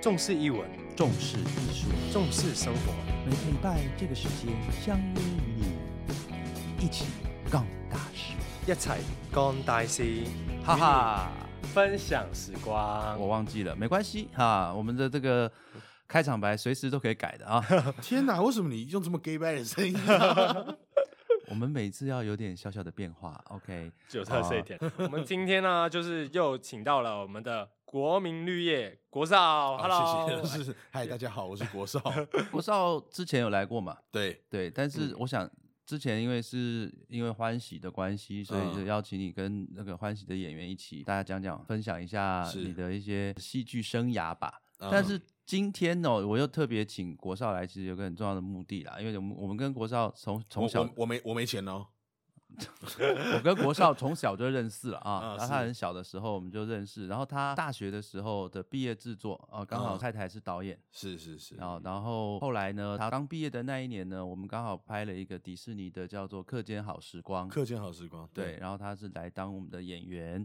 重视译文，重视艺术，重视生活。每个礼拜这个时间相约与你一起杠大事，一齐干大事，哈哈！分享时光。 我忘记了，没关系哈，我们的这个开场白随时都可以改的啊。天哪，为什么你用这么 gay bye 的 声音、啊？我们每次要有点小小的变化，OK？就特色一点。我们今天呢，就是又请到了我们的国民绿叶国少好，Hello，谢谢， 是嗨，大家好，我是 国少。国少之前有来过嘛？对，对，但是我想之前因为是因为欢喜的关系，所以就嗯邀请你跟那个欢喜的演员一起，大家讲讲，分享一下是你的一些戏剧生涯吧。嗯但是今天哦，我又特别请国少来，其实有个很重要的目的啦，因为我们我们跟国少从我从小，我我没我没钱哦。我跟国少从小就认识了啊然 啊，后他是很小的时候我们就认识，然后他大学的时候的毕业制作啊，刚好嗯太太是导演，是是是，然后，然后后来呢，他刚毕业的那一年呢，我们刚好拍了一个迪士尼的叫做《课间好时光》。课间好时光。对，，然后他是来当我们的演员。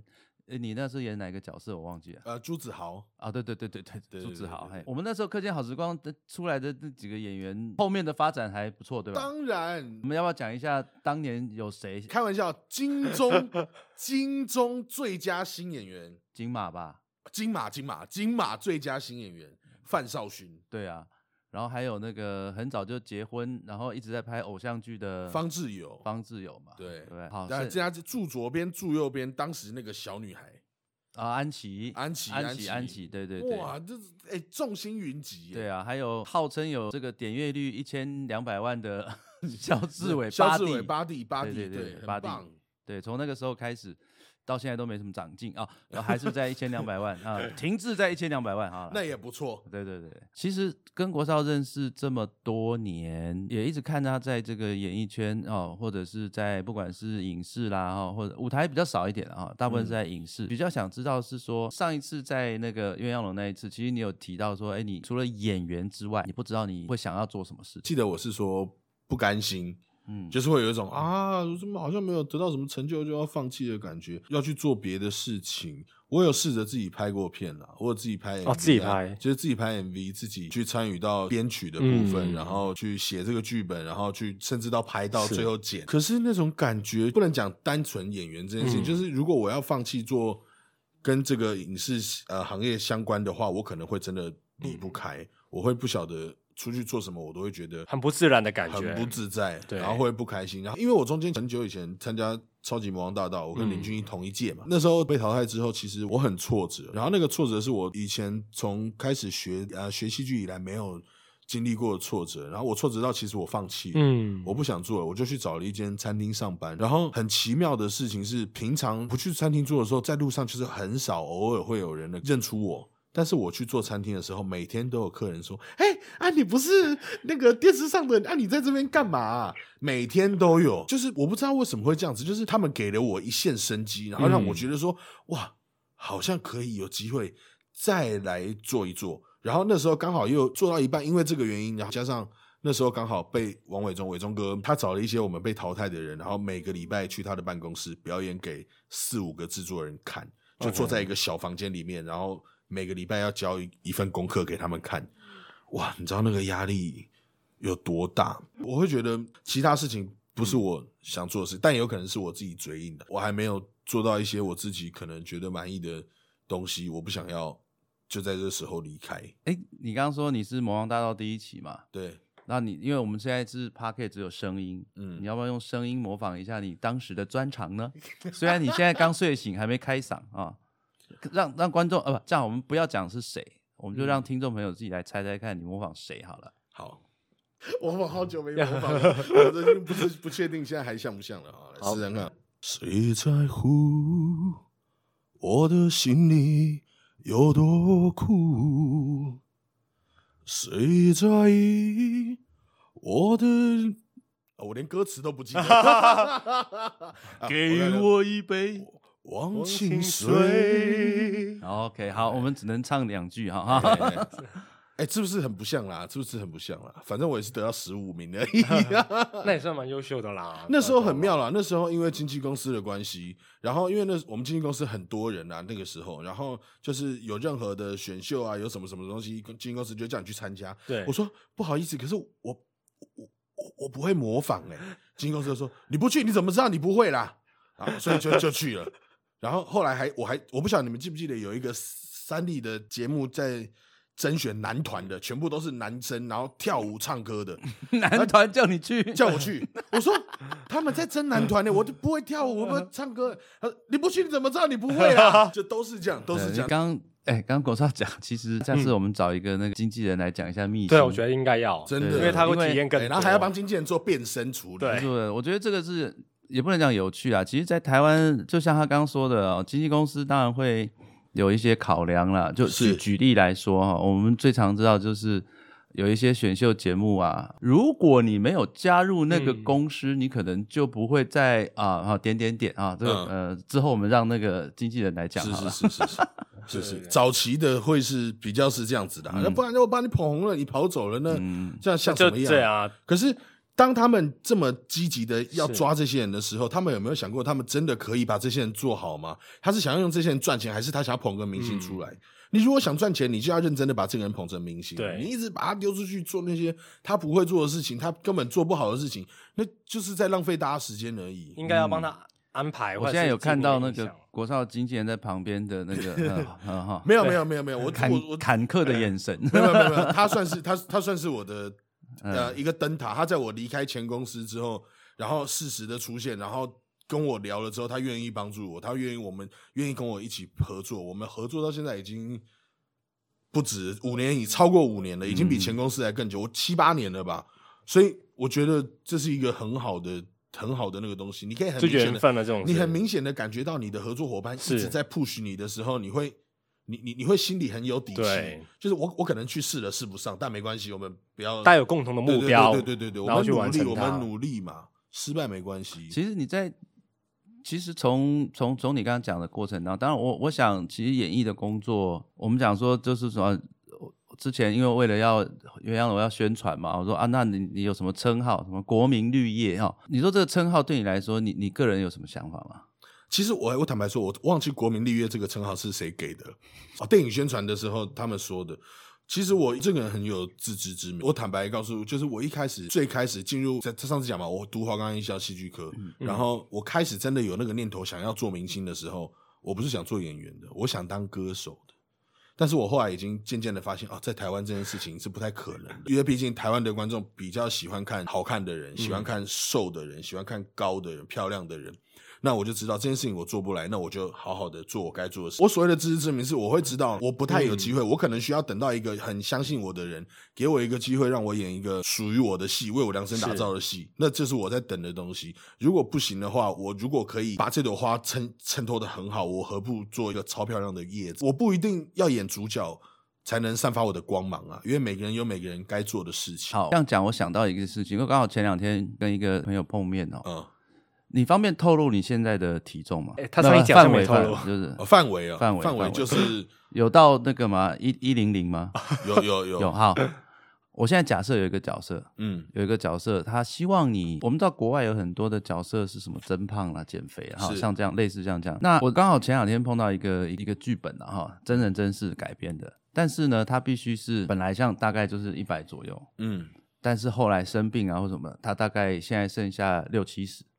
呃，你那时候演哪个角色？我忘记了。呃，朱子豪，啊，对对对对对，对朱对子对豪。对嘿对，我们那时候《课间好时光》的出来的那几个演员，后面的发展还不错，对吧？当然我们要不要讲一下当年有谁？开玩笑，金 钟金钟最佳新演员，金马吧？金马金马金马最佳新演员范少勋、对啊，然后还有那个很早就结婚，然后一直在拍偶像剧的方志友，嗯方志友嘛，对对不对？好，然后是加住左边住右边，当时那个小女孩，啊，安琪，安琪安安琪，琪安琪，对对对。哇，这是哎众星云集耶，对啊，还有号称有这个点阅率一千两百万的 肖志伟，肖巴志伟蒂巴蒂巴蒂，对对对巴很蒂棒。对，从那个时候开始，到现在都没什么长进啊，然后还是在一千两百 万啊，停滞在一千两百万啊。那也不错，对对对，其实跟国少认识这么多年，也一直看他在这个演艺圈哦，或者是在不管是影视啦哈、哦，或者舞台比较少一点啊、哦，大部嗯分是在影视。比较想知道是说，上一次在那个鸳鸯楼那一次，其实你有提到说，哎，你除了演员之外，你不知道你会想要做什么事情。记得我是说不甘心，嗯，就是会有一种啊，怎么好像没有得到什么成就就要放弃的感觉，要去做别的事情。我有试着自己拍过片啦，我有自己拍 MV 啊、哦自己拍就是自己拍 MV，自己去参与到编曲的部分，嗯然后去写这个剧本，然后去甚至到拍到是最后剪。可是那种感觉不能讲单纯演员这件事嗯情，就是如果我要放弃做跟这个影视呃行业相关的话，我可能会真的离不开，我会不晓得出去做什么，我都会觉得很不自然的感觉，很不自在，对然后会不开心。然后因为我中间很久以前参加超级魔王大道，我跟嗯林俊逸同一届嘛，那时候被淘汰之后，其实我很挫折。然后那个挫折是我以前从开始学呃学戏剧以来没有经历过的挫折。然后我挫折到其实我放弃了。嗯，我不想做了，我就去找了一间餐厅上班。然后很奇妙的事情是，平常不去餐厅做的时候，在路上就是很少，偶尔会有人能认出我。但是我去做餐厅的时候，每天都有客人说：“哎、啊，你不是那个电视上的啊？你在这边干嘛啊、每天都有，就是我不知道为什么会这样子，就是他们给了我一线生机，然后让我觉得说，哇，好像可以有机会再来做一做。然后那时候刚好又做到一半，因为这个原因，然后加上那时候刚好被王伟忠、伟忠哥他找了一些我们被淘汰的人，然后每个礼拜去他的办公室表演给四五个制作人看，就坐在一个小房间里面，然后每个礼拜要交一一份功课给他们看。哇，你知道那个压力有多大？我会觉得其他事情不是我想做的事，但也有可能是我自己嘴硬的，我还没有做到一些我自己可能觉得满意的东西，我不想要就在这时候离开。哎，你刚刚说你是《魔王大道》第一期嘛？对，那你因为我们现在是 p a c k e t 只有声音，嗯你要不要用声音模仿一下你当时的专长 呢？虽然你现在刚睡醒，还没开嗓啊，让让观众呃不，这样我们不要讲是谁，我们就嗯让听众朋友自己来猜猜看你模仿谁好了。好， 嗯我我好久没模仿了， 我最近不知不确定现在还像不像了啊？来试试看。谁在乎我的心里有多苦？谁在意我的？啊我连歌词都不 记得。啊我一杯。忘情水。 OK，好，我们只能唱两句哈。对哎、是不是很不像啦？是不是很不像啦？反正我也是得到十五名而已、啊。那也算蛮优秀的啦。那时候很对啊，妙啦，那时候因为经纪公司的关系，然后因为那我们经纪公司很多人啊，那个时候，然后就是有任何的选秀啊，有什么什么东西，经纪公司就叫你去参加。对我说不好意思，可是我我我我不会模仿哎、经纪公司就说 你不去你怎么知道你不会啦？啊，所以就就去了。 然后后来还我还我不晓得你们记不记得有一个三立的节目在甄选男团的，全部都是男生，然后跳舞唱歌的。男团叫你 去， 叫我去。我说他们在真男团呢，我就不会跳舞，我不会唱歌。他说你不去你怎么知道你不 会啦？就都是这样，都对是你这样。刚哎，刚刚狗少讲，其实下次我们找一个那个经纪人来讲一下秘辛。嗯对，啊我觉得应该要，真的因为他会因为体验更对，多，哎然后还要帮经纪人做变身处理。对啊对，我觉得这个是也不能讲有趣啊。其实，在台湾，就像他刚说的、哦，经纪公司当然会有一些考量啦。就是举举例来说哈、我们最常知道就是有一些选秀节目啊，如果你没有加入那个嗯公司，你可能就不会在啊啊点点点啊这个、呃之后我们让那个经纪人来讲嗯是好了。是是是 是。是对是，对早期的会是比较是这样子的啊，那、不然我把你捧红了，你跑走了，那、嗯这样像什就么样？这样啊，可是当他们这么积极的要是抓这些人的时候，他们有没有想过，他们真的可以把这些人做好吗？他是想要用这些人赚钱，还是他想要捧个明星出来？你如果想赚钱，你就要认真的把这个人捧成明星。嗯啊对你一直把他丢出去做那些他不会做的事情，他根本做不好的事情，那就是在浪费大家时间而已。应该要帮他安排。或我者现在是有看进到行那影个响国少经纪人在旁边的那 个，嗯哈，没有没有没有没有，我坎我我坎坷的眼神，嗯没 有没有没有，他算是他他算是我的嗯呃一个灯塔。他在我离开前公司之后，然后适时的出现，然后跟我聊了之后，他愿意帮助我，他愿意我们愿意跟我一起合作。我们合作到现在已经不止五年，已超过五年了，已经嗯比前公司还更久，我七八年了吧。所以我觉得这是一个很好的很好的那个东西，你可以很就明显缘的分了这种事，你很明显的感觉到你的合作伙伴一是直在 push 你的时候，你会，你你你会心里很有底气对，就是我我可能去试了试不上，但没关系，我们不要大家有共同的对目对标，对对对对，我然后们去努完力，成我它们努力嘛，失败没关系。其实你在，其实从从从你刚刚讲的过程当中，当然我我想，其实演艺的工作，我们讲说就是什么，我之前因为为了要鸳鸯楼要宣传嘛，我说啊，那你你有什么称号？什么国民绿叶哈、你说这个称号对你来说，你你个人有什么想法吗？其实我我坦白说，我忘记“国民立约”这个称号是谁给的哦。电影宣传的时候他们说的。其实我这个人很有自知之明。我坦白告诉，就是我一开始最开始进入，在上次讲嘛，我读华冈艺校戏剧科，然后我开始真的有那个念头想要做明星的时候，我不是想做演员的，我想当歌手的。但是我后来已经渐渐的发现，哦，在台湾这件事情是不太可能的，因为毕竟台湾的观众比较喜欢看好看的人，喜欢看瘦的人，喜欢看高的人、漂亮的人。那我就知道这件事情我做不来，那我就好好的做我该做的事。我所谓的自知之明，是我会知道我不太嗯有机会，我可能需要等到一个很相信我的人给我一个机会，让我演一个属于我的戏，为我量身打造的戏。那这是我在等的东西。如果不行的话，我如果可以把这朵花衬衬托的很好，我何不做一个超漂亮的叶子？我不一定要演主角才能散发我的光芒啊，因为每个人有每个人该做的事情。好，这样讲我想到一个事情，因为刚好前两天跟一个朋友碰面哦，嗯，你方便透露你现在的体重吗？哎他上一集好像范没围透露范就是呃范围啊，范围范围就是有到那个吗？一一零 零吗？有有 有有好，我现在假设有一个角色，嗯，有一个角色，他希望你，我们知道国外有很多的角色是什么增胖啦、减肥啊啦，哈，是像这样类似这样这样。那我刚好前两天碰到一个一个剧本了哈，真人真事改编的，但是呢，他必须是本来像大概就是一百左右，嗯但是后来生病啊或什么，他大概现在剩下六七十。嗯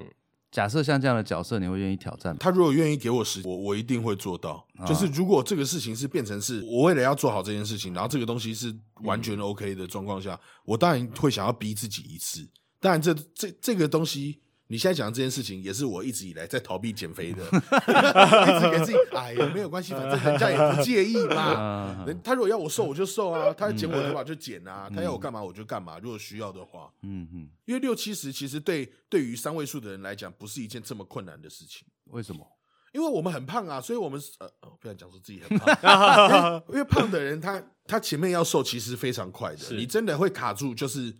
嗯，假设像这样的角色，你会愿意挑战吗？他如果愿意给我时，我我一定会做到。啊就是如果这个事情是变成是我为了要做好这件事情，然后这个东西是完全 OK 的状况下，我当然会想要逼自己一次。当然这，这这个东西。你现在讲的这件事情，也是我一直以来在逃避减肥的，一直给自己哎呀没有关系，反正人家也不介意 嘛啊。人他如果要我瘦，我就瘦啊；他减我头发就减啊；他要我干嘛我就干嘛。如果需要的话，嗯嗯，因为六七十其实对对于三位数的人来讲，不是一件这么困难的事情。为什么？因为我们很胖啊，所以我们是呃，哦不想讲说自己很胖，因为因为胖的人他他前面要瘦其实非常快的，是你真的会卡住，就是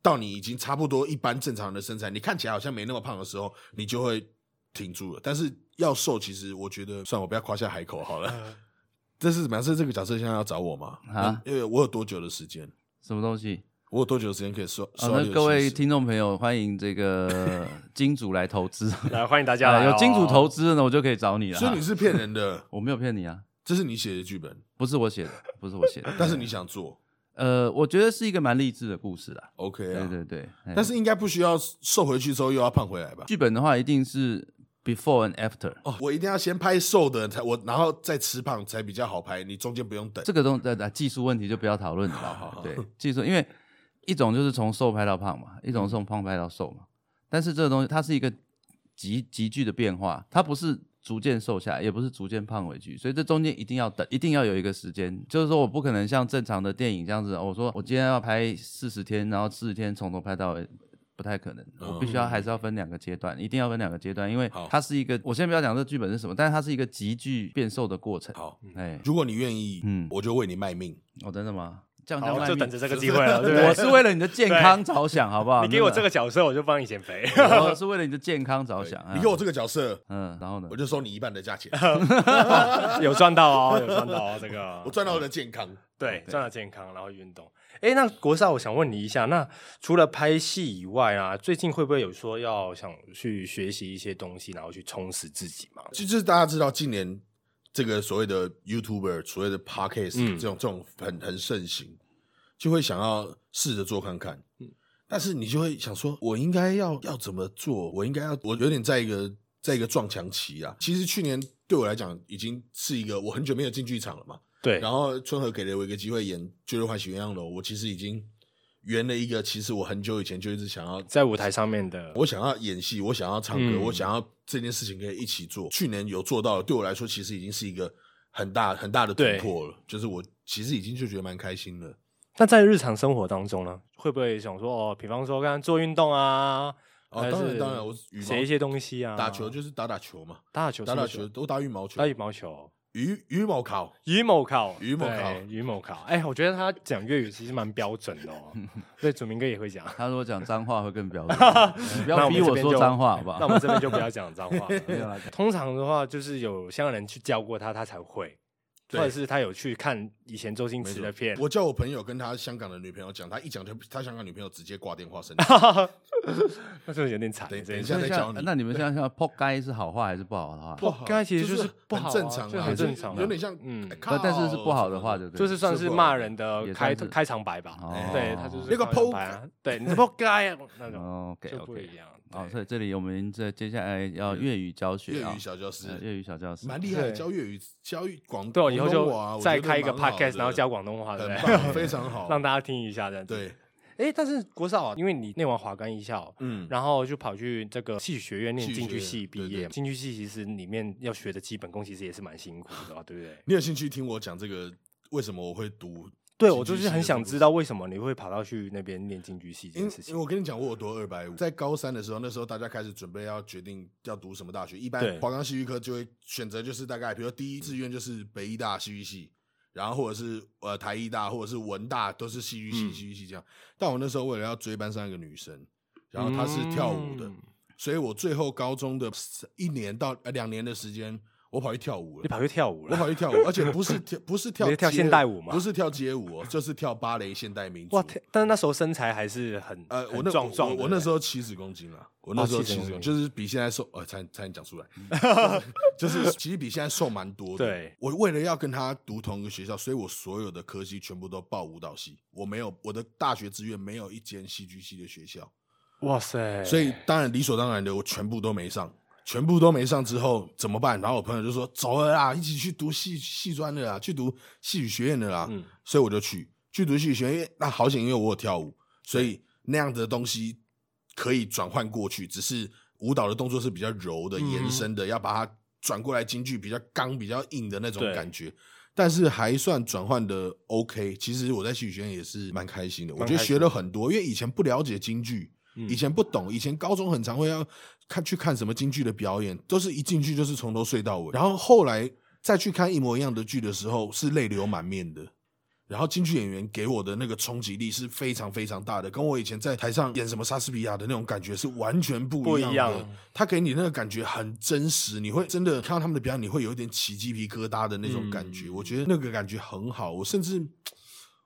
到你已经差不多一般正常人的身材，你看起来好像没那么胖的时候，你就会停住了。但是要瘦，其实我觉得，算了我不要夸下海口好了，这是怎么样？是这个角色现在要找我吗？啊啊，因为我有多久的时间？什么东西？我有多久的时间可以收？啊，收到这那个各位信息听众朋友，欢迎这个 金主来投资， 来欢迎大家啊来、哦有金主投资。资的呢，我就可以找你了哈。所以你是骗人的，我没有骗你啊，这是你写的剧本，不是我 写的，不是我写的。但是你想做呃，我觉得是一个蛮励志的故事啦。 ，OK 对啊？对对，哎但是应该不需要瘦回去之后又要胖回来吧？剧本的话，一定是 before and after。哦，我一定要先拍瘦的才我，然后再吃胖才比较好拍。你中间不用等这个东呃呃技术问题就不要讨论了 啦。好对，技术因为一种就是从瘦拍到胖嘛，一种是从胖拍到瘦嘛。但是这个东西它是一个急急剧的变化，它不是逐渐瘦下来，也不是逐渐胖回去，所以这中间一定要等，一定要有一个时间。就是说我不可能像正常的电影这样子，哦我说我今天要拍四十天，然后四十天从头拍到尾。不太可能，我必须要还是要分两个阶段，一定要分两个阶段，因为嗯好它是一个，我先不要讲这剧本是什么，但是它是一个急剧变瘦的过程。好，哎，如果你愿意，嗯嗯，我就为你卖命。哦，真的吗？这样叫好，卖就命等着这个机会 了，对不对？我是为了你的健康 着想，好不好？你给我这啊真个角色，我就帮你减肥。 的，我是为了你的健康着想。 你给我这个角色，嗯，嗯，然后 呢我？就收你一半的 价钱，有赚到哦，有赚到哦，这个我赚到我的健康。对赚到健康，然后运动。哎，那国少，我想问你一下，那除了拍戏以外啊，最近会不会有说要想去学习一些东西，然后去充实自己嘛？就就是大家知道，近年这个所谓的 YouTuber、所谓的 Podcast、嗯这种这种很很盛行，就会想要试着做看看。嗯但是你就会想说，我应该要要怎么做？我应该要，我有点在一个在一个撞墙期啊。其实去年对我来讲，已经是一个我很久没有进剧场了嘛。对，然后春和给了我一个机会演《旧日欢喜鸳鸯楼》，我其实已经圆了一个，其实我很久以前就一直想要在舞台上面的，我想要演戏，我想要唱歌，嗯我想要这件事情可以一起做。去年有做到，对我来说其实已经是一个很大很大的突对破了。就是我其实已经就觉得蛮开心了。那在日常生活当中呢，会不会想说哦，比方说刚刚做运动啊，哦还是当然当然我羽毛写一些东西啊，打球就是打打球嘛，打打球，打打球，都打羽毛球打，羽毛球。羽羽毛球。羽毛考，羽毛考对羽毛考。哎、我觉得他讲粤语其实蛮标准的 哦。对，祖明哥也会讲。他如果讲脏话会更 标准，你不要逼我说脏话，好不那我好？们这边就不要讲脏 话了没有啦通常的话，就是有香港人去教过他，他才会，或对者是他有去看以前周星没驰错的片。我叫我朋友跟他香港的女朋友讲，他一讲他他香港女朋友直接挂电话生 气。 那是不是有点惨？等这等一下件事所以像再教你那你们想想，破街是好话还是不好的话？不好哦该其实就就是不好很啊正常就啊，很就正常啊有点像嗯哎呃但但是是不好的话，靠对不对？就是算是骂人的也算开是开场白吧。哦对他就是那个哦开场白啊对 你是扑街啊那种， OK 就不 OK 一。样。好，对所以这里我们这接下来要粤语教学粤啊语，小教呃师粤语小教室，蛮厉害的，对教粤语教广对，我哦以后广东话啊就我再觉得开一个蛮好的 podcast，然后教广东话，对很不对？棒，非常好， 让大家听一下这样子。对，哎，但是国少啊，因为你念完华冈艺校，嗯，然后就跑去这个戏曲学院念戏剧进去学院系毕对业，对进去系其实里面要学的基本功其实也是蛮辛苦的嘛，啊对不对？你有兴趣听我讲这个为什么我会读？对，戏我就剧是系很的想故事知道为什么你会跑到去那边念京剧系这件因为事因情为。我跟你讲，我有多二百五。在高三的时候，那时候大家开始准备要决定要读什么大学。对一般华冈戏剧科就会选择就是大概，比如说第一志愿就是北医大戏剧系，然后或者是呃台医大或者是文大都是戏剧系、嗯戏剧系这样。但我那时候为了要追班上一个女生，然后她是跳舞的，嗯所以我最后高中的一年到呃两年的时间，我跑去跳舞你了。跑去跳舞我了，跑去跳舞，而且不 是跳，不是跳你是跳街现代舞吗不是跳街舞、哦，就是跳芭蕾现代民族。哇！天但是那时候身材还是很呃，我很那壮壮我的我那时候七十公斤了，我那时候70七公十斤公斤，就是比现在瘦，呃，差点差点 讲出来，就是其实比现在瘦蛮多的。对，我为了要跟他读同一个学校，所以我所有的科系全部都报舞蹈系，我没有我的大学志愿没有一间戏剧系的学校，哇塞，所以当然理所当然的，我全部都没上。全部都没上之后怎么办？然后我朋友就说：“走了啦，一起去读戏戏专的啦，去读戏曲学院的啦。”嗯所以我就去去读戏曲学院。因为那好险，因为我有跳舞，所以那样子的东西可以转换过去。只是舞蹈的动作是比较柔的、嗯延伸的，要把它转过来，京剧比较刚、比较硬的那种对感觉。但是还算转换的 OK。其实我在戏曲学院也是蛮开心的，我蛮觉得开学了很多，因为以前不了解京剧。嗯以前不懂，以前高中很常会要看去看什么京剧的表演，都是一进去就是从头睡到尾。然后后来再去看一模一样的剧的时候，是泪流满面的。然后京剧演员给我的那个冲击力是非常非常大的，跟我以前在台上演什么莎士比亚的那种感觉是完全不一样不的。一样他给你那个感觉很真实，你会真的看到他们的表演，你会有一点起鸡皮疙瘩的那种感觉。嗯我觉得那个感觉很好，我甚至。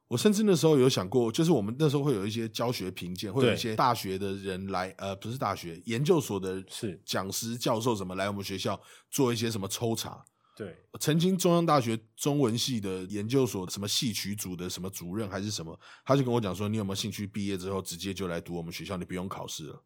我甚至那时候有想过，就是我们那时候会有一些教学评鉴，会有一对些大学的人来，呃，不是大学，研究所的是讲师、教授什么来我们学校做一些什么抽查。对，曾经中央大学中文系的研究所什么戏曲组的什么主任还是什么，他就跟我讲说，你有没有兴趣毕业之后直接就来读我们学校，你不用考试了。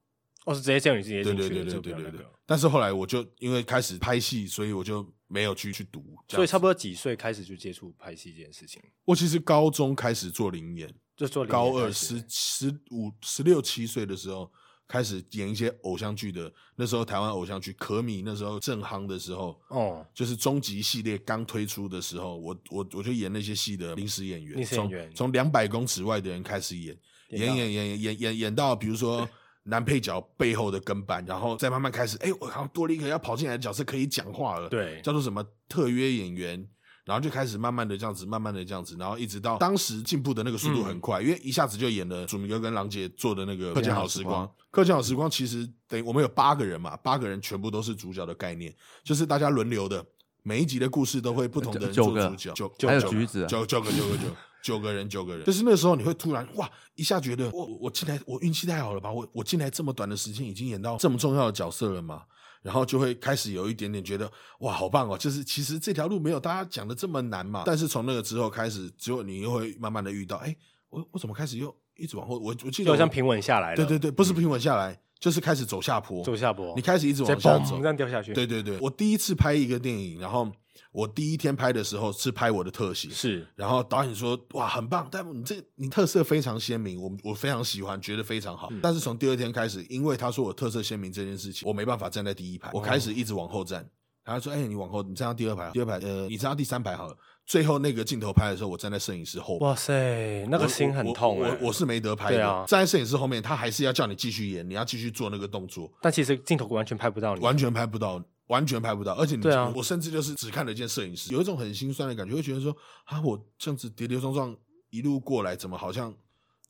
哦，是直接叫你直接对进对去对的，对就不对要对那对个。。但是后来我就因为开始拍戏，所以我就没有去去读。这样所以差子不多几岁开始就接触拍戏这件事情，我其实高中开始做灵演，就做零高年二开始十十五十六七岁的时候开始演一些偶像剧的，那时候台湾偶像剧可米那时候正夯的时候，哦，就是终极系列刚推出的时候，我我我就演那些戏的临时演员，临时演员从从两百公尺外的人开始演，演演到演演演演演演到比如说男配角背后的跟班，然后再慢慢开始，哎、我好像多了一个要跑进来的角色可以讲话了，，对，叫做什么特约演员。然后就开始慢慢的这样子，慢慢的这样子，然后一直嗯到当时进步的那个速度很快，因为一下子就演了祖明哥跟郎姐做的那个《客家好时光》。《客家好时光》其实等于我们有八个人嘛，八个人全部都是主角的概念，就是大家轮流的，每一集的故事都会不同的人呃九做九个主角，九还有九个橘子啊九九个九个九九个人九个人，就是那时候你会突然哇一下觉得我我进来我运气太好了吧，我我进来这么短的时间已经演到这么重要的角色了嘛。然后就会开始有一点点觉得哇，好棒哦！就是其实这条路没有大家讲的这么难嘛。但是从那个之后开始，只有你又会慢慢的遇到，哎，我我怎么开始又一直往后？我我记得就我好像平稳下来了，对对对，不是平稳下来，就是开始走下坡，走下坡，你开始一直再往下嘣走这。样掉下去，对，对对，我第一次拍一个电影，然后我第一天拍的时候是拍我的特写，是然后导演说：“哇，很棒！但你这你特色非常鲜明，我我非常喜欢，觉得非常嗯好。但是从第二天开始，因为他说我特色鲜明这件事情，我没办法站在第一哦排，我开始一直往后站。他说：“哎、你往后，你站到第二排，第二排，呃，你站到第三排好了。”最后那个镜头拍的时候，我站在摄影师后面。哇塞，那个我心很痛我哎、我我我是没得拍对的，啊站在摄影师后面，他还是要叫你继续演，你要继续做那个动作，但其实镜头完全拍不到你，完全拍不到，完全拍不到。而且你，对啊我甚至就是只看得见摄影师，有一种很心酸的感觉，会觉得说啊，我这样子跌跌撞撞一路过来，怎么好像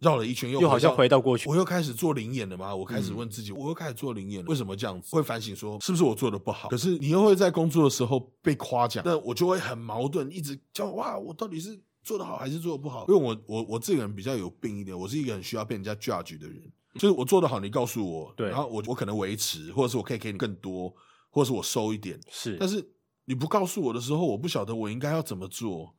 绕了一圈又又好像回到。到过去，我又开始做灵演了吗？我开始嗯问自己，我又开始做灵演了，为什么这样子？会反省说是不是我做的不好？可是你又会在工作的时候被夸奖，那我就会很矛盾，一直叫哇，我到底是做的好还是做的不好？因为我我我这个人比较有病一点，我是一个很需要被人家 judge 的人，就是我做的好，你告诉我，对然后我我可能维持，或者是我可以给你更多，或者是我收一点，是，但是你不告诉我的时候，我不晓得我应该要怎么做。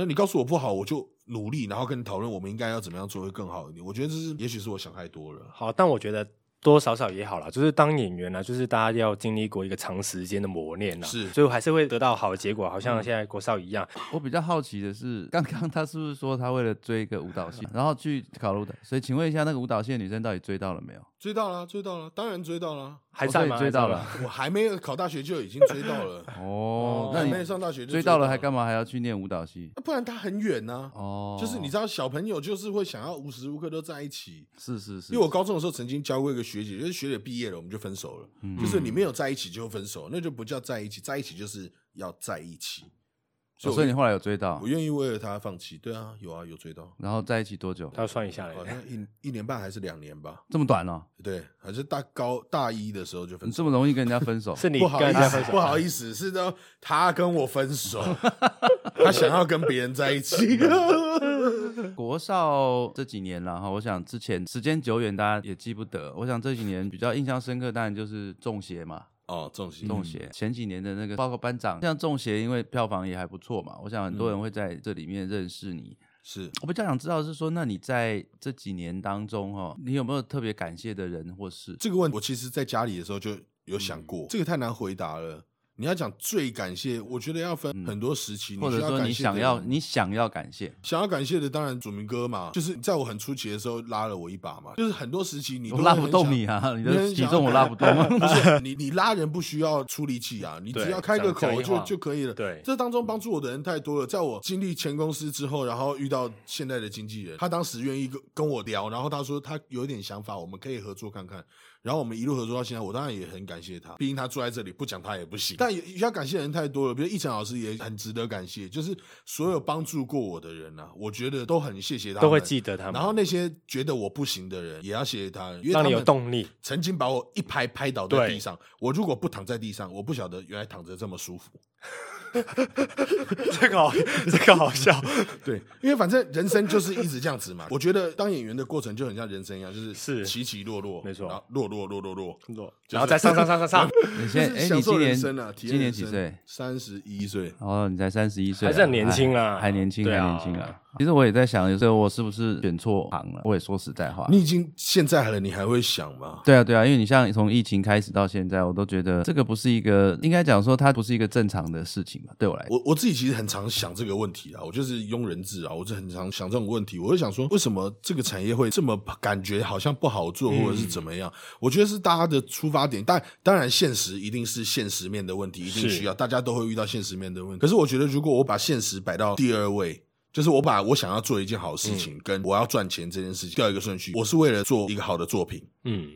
那你告诉我不好，我就努力，然后跟你讨论我们应该要怎么样做会更好一点。我觉得这是，也许是我想太多了。好，但我觉得多少少也好啦，就是当演员呢、啊就是大家要经历过一个长时间的磨练啦，啊是嗯所以我还是会得到好的结果，好像现在国少一样，我比较好奇的是，刚刚他是不是说他为了追一个舞蹈系，然后去考了舞蹈？所以请问一下，那个舞蹈系的女生到底追到了没有？追到了，追到了，当然追到了。还哦所在以吗？追还在到吗了。我还没有考大学就已经追到了，哦，哦那还你没上大学就追到到了，还干嘛还要去念舞蹈系？啊不然他很远呢、哦，就是你知道，道，小朋友就是会想要无时无刻都在一起。是是是，因为我高中的时候曾经教过一个学姐，就是学姐毕业了我们就分手了，嗯就是你没有在一起就分手，那就不叫在一起，在一起就是要在一起。哦所以你后来有追到我，愿意为了他放弃。对啊，有啊，有追到，然后在一起多久？他要算一下嘞，好像一一年半还是两年吧？这么短哦，对，还是大高大一的时候就分你手。这么容易跟人家分手？是你不好跟意人家思分，手不好意思，是的，他跟我分 手，他想要跟别人在一起。国少这几年了哈，我想之前时间久远，大家也记不得。我想这几年比较印象深刻，当然就是中邪嘛，哦，重心，中邪、前几年的那个，包括班长，像中邪，因为票房也还不错嘛，我想很嗯多人会在这里面认识你。是我比较想知道是说，那你在这几年当中哈、哦，你有没有特别感谢的人或事？这个问题，我其实在家里的时候就有想嗯过，这个太难回答了。你要讲最感谢，我觉得要分很多时期，嗯或需者要说感你谢的想要人你想要感谢？想要感谢的，当然祖明哥嘛，就是在我很初期的时候拉了我一把嘛，就是很多时期你都我会拉不很动想你啊， 你你的很体想重我拉不 动。不是你，你拉人不需要出力气啊，你对只要开个讲讲口一就话就可以了。对这当中帮助我的人太多了。在我经历前公司之后，然后遇到现在的经纪人，他当时愿意跟跟我聊，然后他说他有点想法，我们可以合作看看。然后我们一路合作到现在，我当然也很感谢他，毕竟他坐在这里，不讲他也不行。但也要感谢的人太多了，比如一晨老师也很值得感谢，就是所有帮助过我的人啊，我觉得都很谢谢他们，都会记得他们，然后那些觉得我不行的人，也要谢谢他，因为他让你们有动 力。曾经把我一拍拍倒在对地上。我如果不躺在地上，我不晓得原来躺着这么舒服。这个好，这个好笑。对，因为反正人生就是一直这样子嘛。我觉得当演员的过程就很像人生一样，就是是起起落落，没错然后落落落落落， 然后再上上上上上，你 就现是在哎，享你受今人年生啊！体验今年人几生岁？？三十一岁。哦，你才三十一岁啊，还是很年轻啊，啊，还年轻，对还啊年轻啊。其实我也在想，有时候我是不是选错行了？我也说实在话，你已经现在了，你还会想吗？对啊，对啊，因为你像从疫情开始到现在，我都觉得这个不是一个，应该讲说它不是一个正常的事情吧，对我来说。我我自己其实很常想这个问题啊，我就是庸人自扰，我就很常想这种问题。我就想说，为什么这个产业会这么感觉好像不好做，嗯或者是怎么样？我觉得是大家的出发点，但当然现实一定是现实面的问题，一定是需要，大家都会遇到现实面的问题。可是我觉得，如果我把现实摆到第二位。就是我把我想要做一件好事情，跟我要赚钱这件事情调一个顺序。我是为了做一个好的作品，嗯，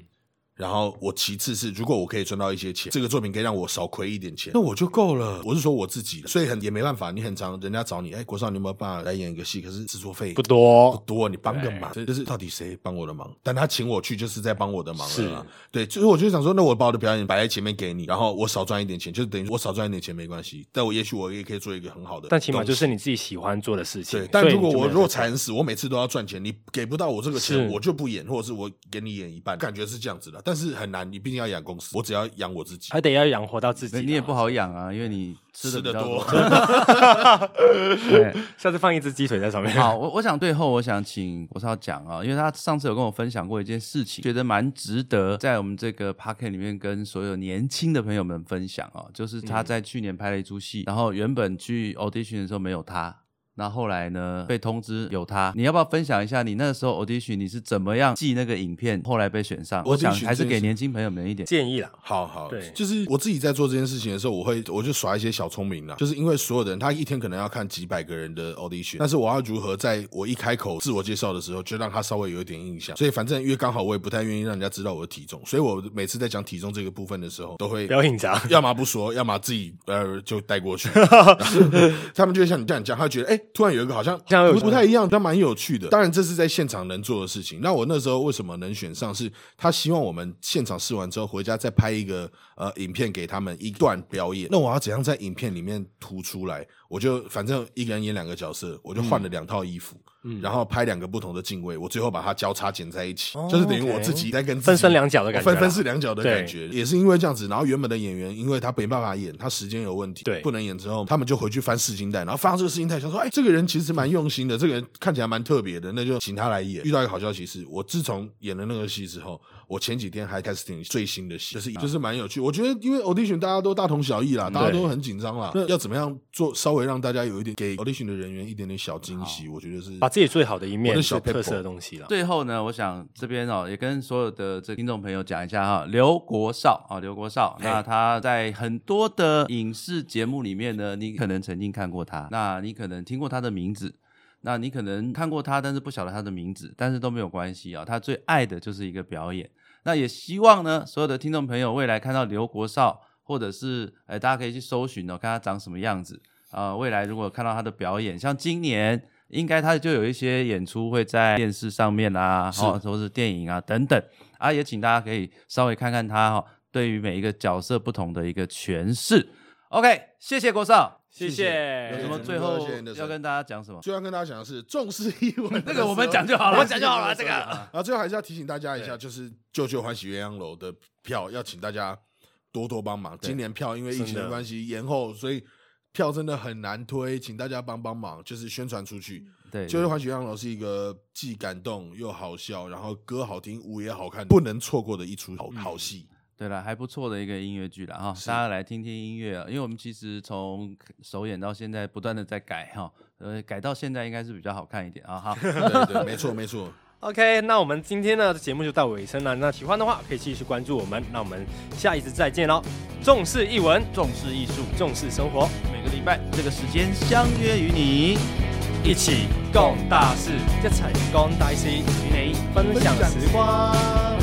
然后我其次是，如果我可以赚到一些钱，这个作品可以让我少亏一点钱，那我就够了。我是说我自己的，所以很也没办法。你很常人家找你，哎，国少你有没有办法来演一个戏？可是制作费不不多，多，你帮个忙，这就是到底谁帮我的忙？但他请我去，就是在帮我的忙了啦是。对，所以我就想说，那我把我的表演摆在前面给你，然后我少赚一点钱，就是等于我少赚一点钱没关系，但我也许我也可以做一个很好的东西，但起码就是你自己喜欢做的事情对，。但所以如果你就没我有若在惨死，我每次都要赚钱，你给不到我这个是钱，我就不演，或者是我给你演一半，感觉是这样子的。但是很难，你毕竟要养公司，我只要养我自己，还得要养活到自己那啦，你也不好养啊，因为你吃吃的的比较多。 对下次放一只鸡腿在上面。好，我我想最后我想请国少讲啊，因为他上次有跟我分享过一件事情，觉得蛮值得在我们这个 p o c k e t 里面跟所有年轻的朋友们分享啊，就是嗯他在去年拍了一出戏，然后原本去 audition 的时候没有他。那后来呢？被通知有他，你要不要分享一下你那个时候 audition 你是怎么样记那个影片，后来被选上？我想 audition 还是这件给事年轻朋友们一 点建议啦， 好好，对就是我自己在做这件事情的时候，我会我就耍一些小聪明啦，就是因为所有的人他一天可能要看几百个人的 audition，但是我要如何在我一开口自我介绍的时候就让他稍微有一点印象，所以反正因为刚好我也不太愿意让人家知道我的体重，所以我每次在讲体重这个部分的时候，都会不要隐藏。要么不说，要么自己呃就带 过去。他们就会像你这样讲，他会觉得哎、突然有一个好像这样有不不太一样，但蛮有趣的。当然这是在现场能做的事情。那我那时候为什么能选上是？他希望我们现场试完之后回家再拍一个呃影片给他们一段表演。那我要怎样在影片里面突出来？我就反正一个人演两个角色，我就嗯换了两套衣服。然后拍两个不同的镜位，我最后把它交叉剪在一起，哦就是等于我 OK 自己在跟自己分身两角的感觉啦分分饰两角的感觉，也是因为这样子。然后原本的演员，因为他没办法演，他时间有问题，对不能演之后，他们就回去翻试镜带，然后翻到这个试镜带，想说，哎，这个人其实蛮用心的，这个人看起来蛮特别的，那就请他来演。遇到一个好消息是，我自从演了那个戏之后，我前几天还开始听最新的戏，就是啊就是蛮有趣。我觉得因为 audition 大家都大同小异啦，大家都很紧张啦，那要怎么样做，稍微让大家有一点给 audition 的人员一点点小惊喜，我觉得是把自己最好的一我面的小是特 pebble 色的东西啦。最后呢，我想这边哦，也跟所有的这听众朋友讲一下哈，刘国少啊，刘国少，嘿那他在很多的影视节目里面呢，你可能曾经看过他，那你可能听过他的名字。那你可能看过他，但是不晓得他的名字，但是都没有关系啊。他最爱的就是一个表演。那也希望呢，所有的听众朋友未来看到刘国少，或者是呃，大家可以去搜寻哦，看他长什么样子。呃，未来如果看到他的表演，像今年应该他就有一些演出会在电视上面啦，是哦，或是电影啊等等啊，也请大家可以稍微看看他哦，对于每一个角色不同的一个诠释。OK，谢谢国少，谢有谢什么陈最哥后谢谢你的要参跟大家讲什么？最后要跟大家讲的是重视英文 那的时候，个我们讲就好了啊我们讲就好了这个然后最后还是要提醒大家一下，就是《旧旧欢喜鸳鸯楼》的票要请大家多多帮忙。今年票因为疫情真的的关系延后，所以票真的很难推，请大家帮帮忙，就是宣传出去。对， 《旧旧欢喜鸳鸯楼》是一个既感动又好笑，然后歌好听，舞也好看，不能错过的一出好好戏。对了，还不错的一个音乐剧了哈，是大家来听听音乐啊，因为我们其实从首演到现在不断的在改哈，呃，改到现在应该是比较好看一点啊哈。对对，没错没错。 OK，那我们今天呢节目就到尾声了。那喜欢的话可以继续关注我们，那我们下一次再见喽。重视译文，重视艺术，重视生活，每个礼拜这个时间相约与你，一起共大事，一齐共大事，与你分享时光。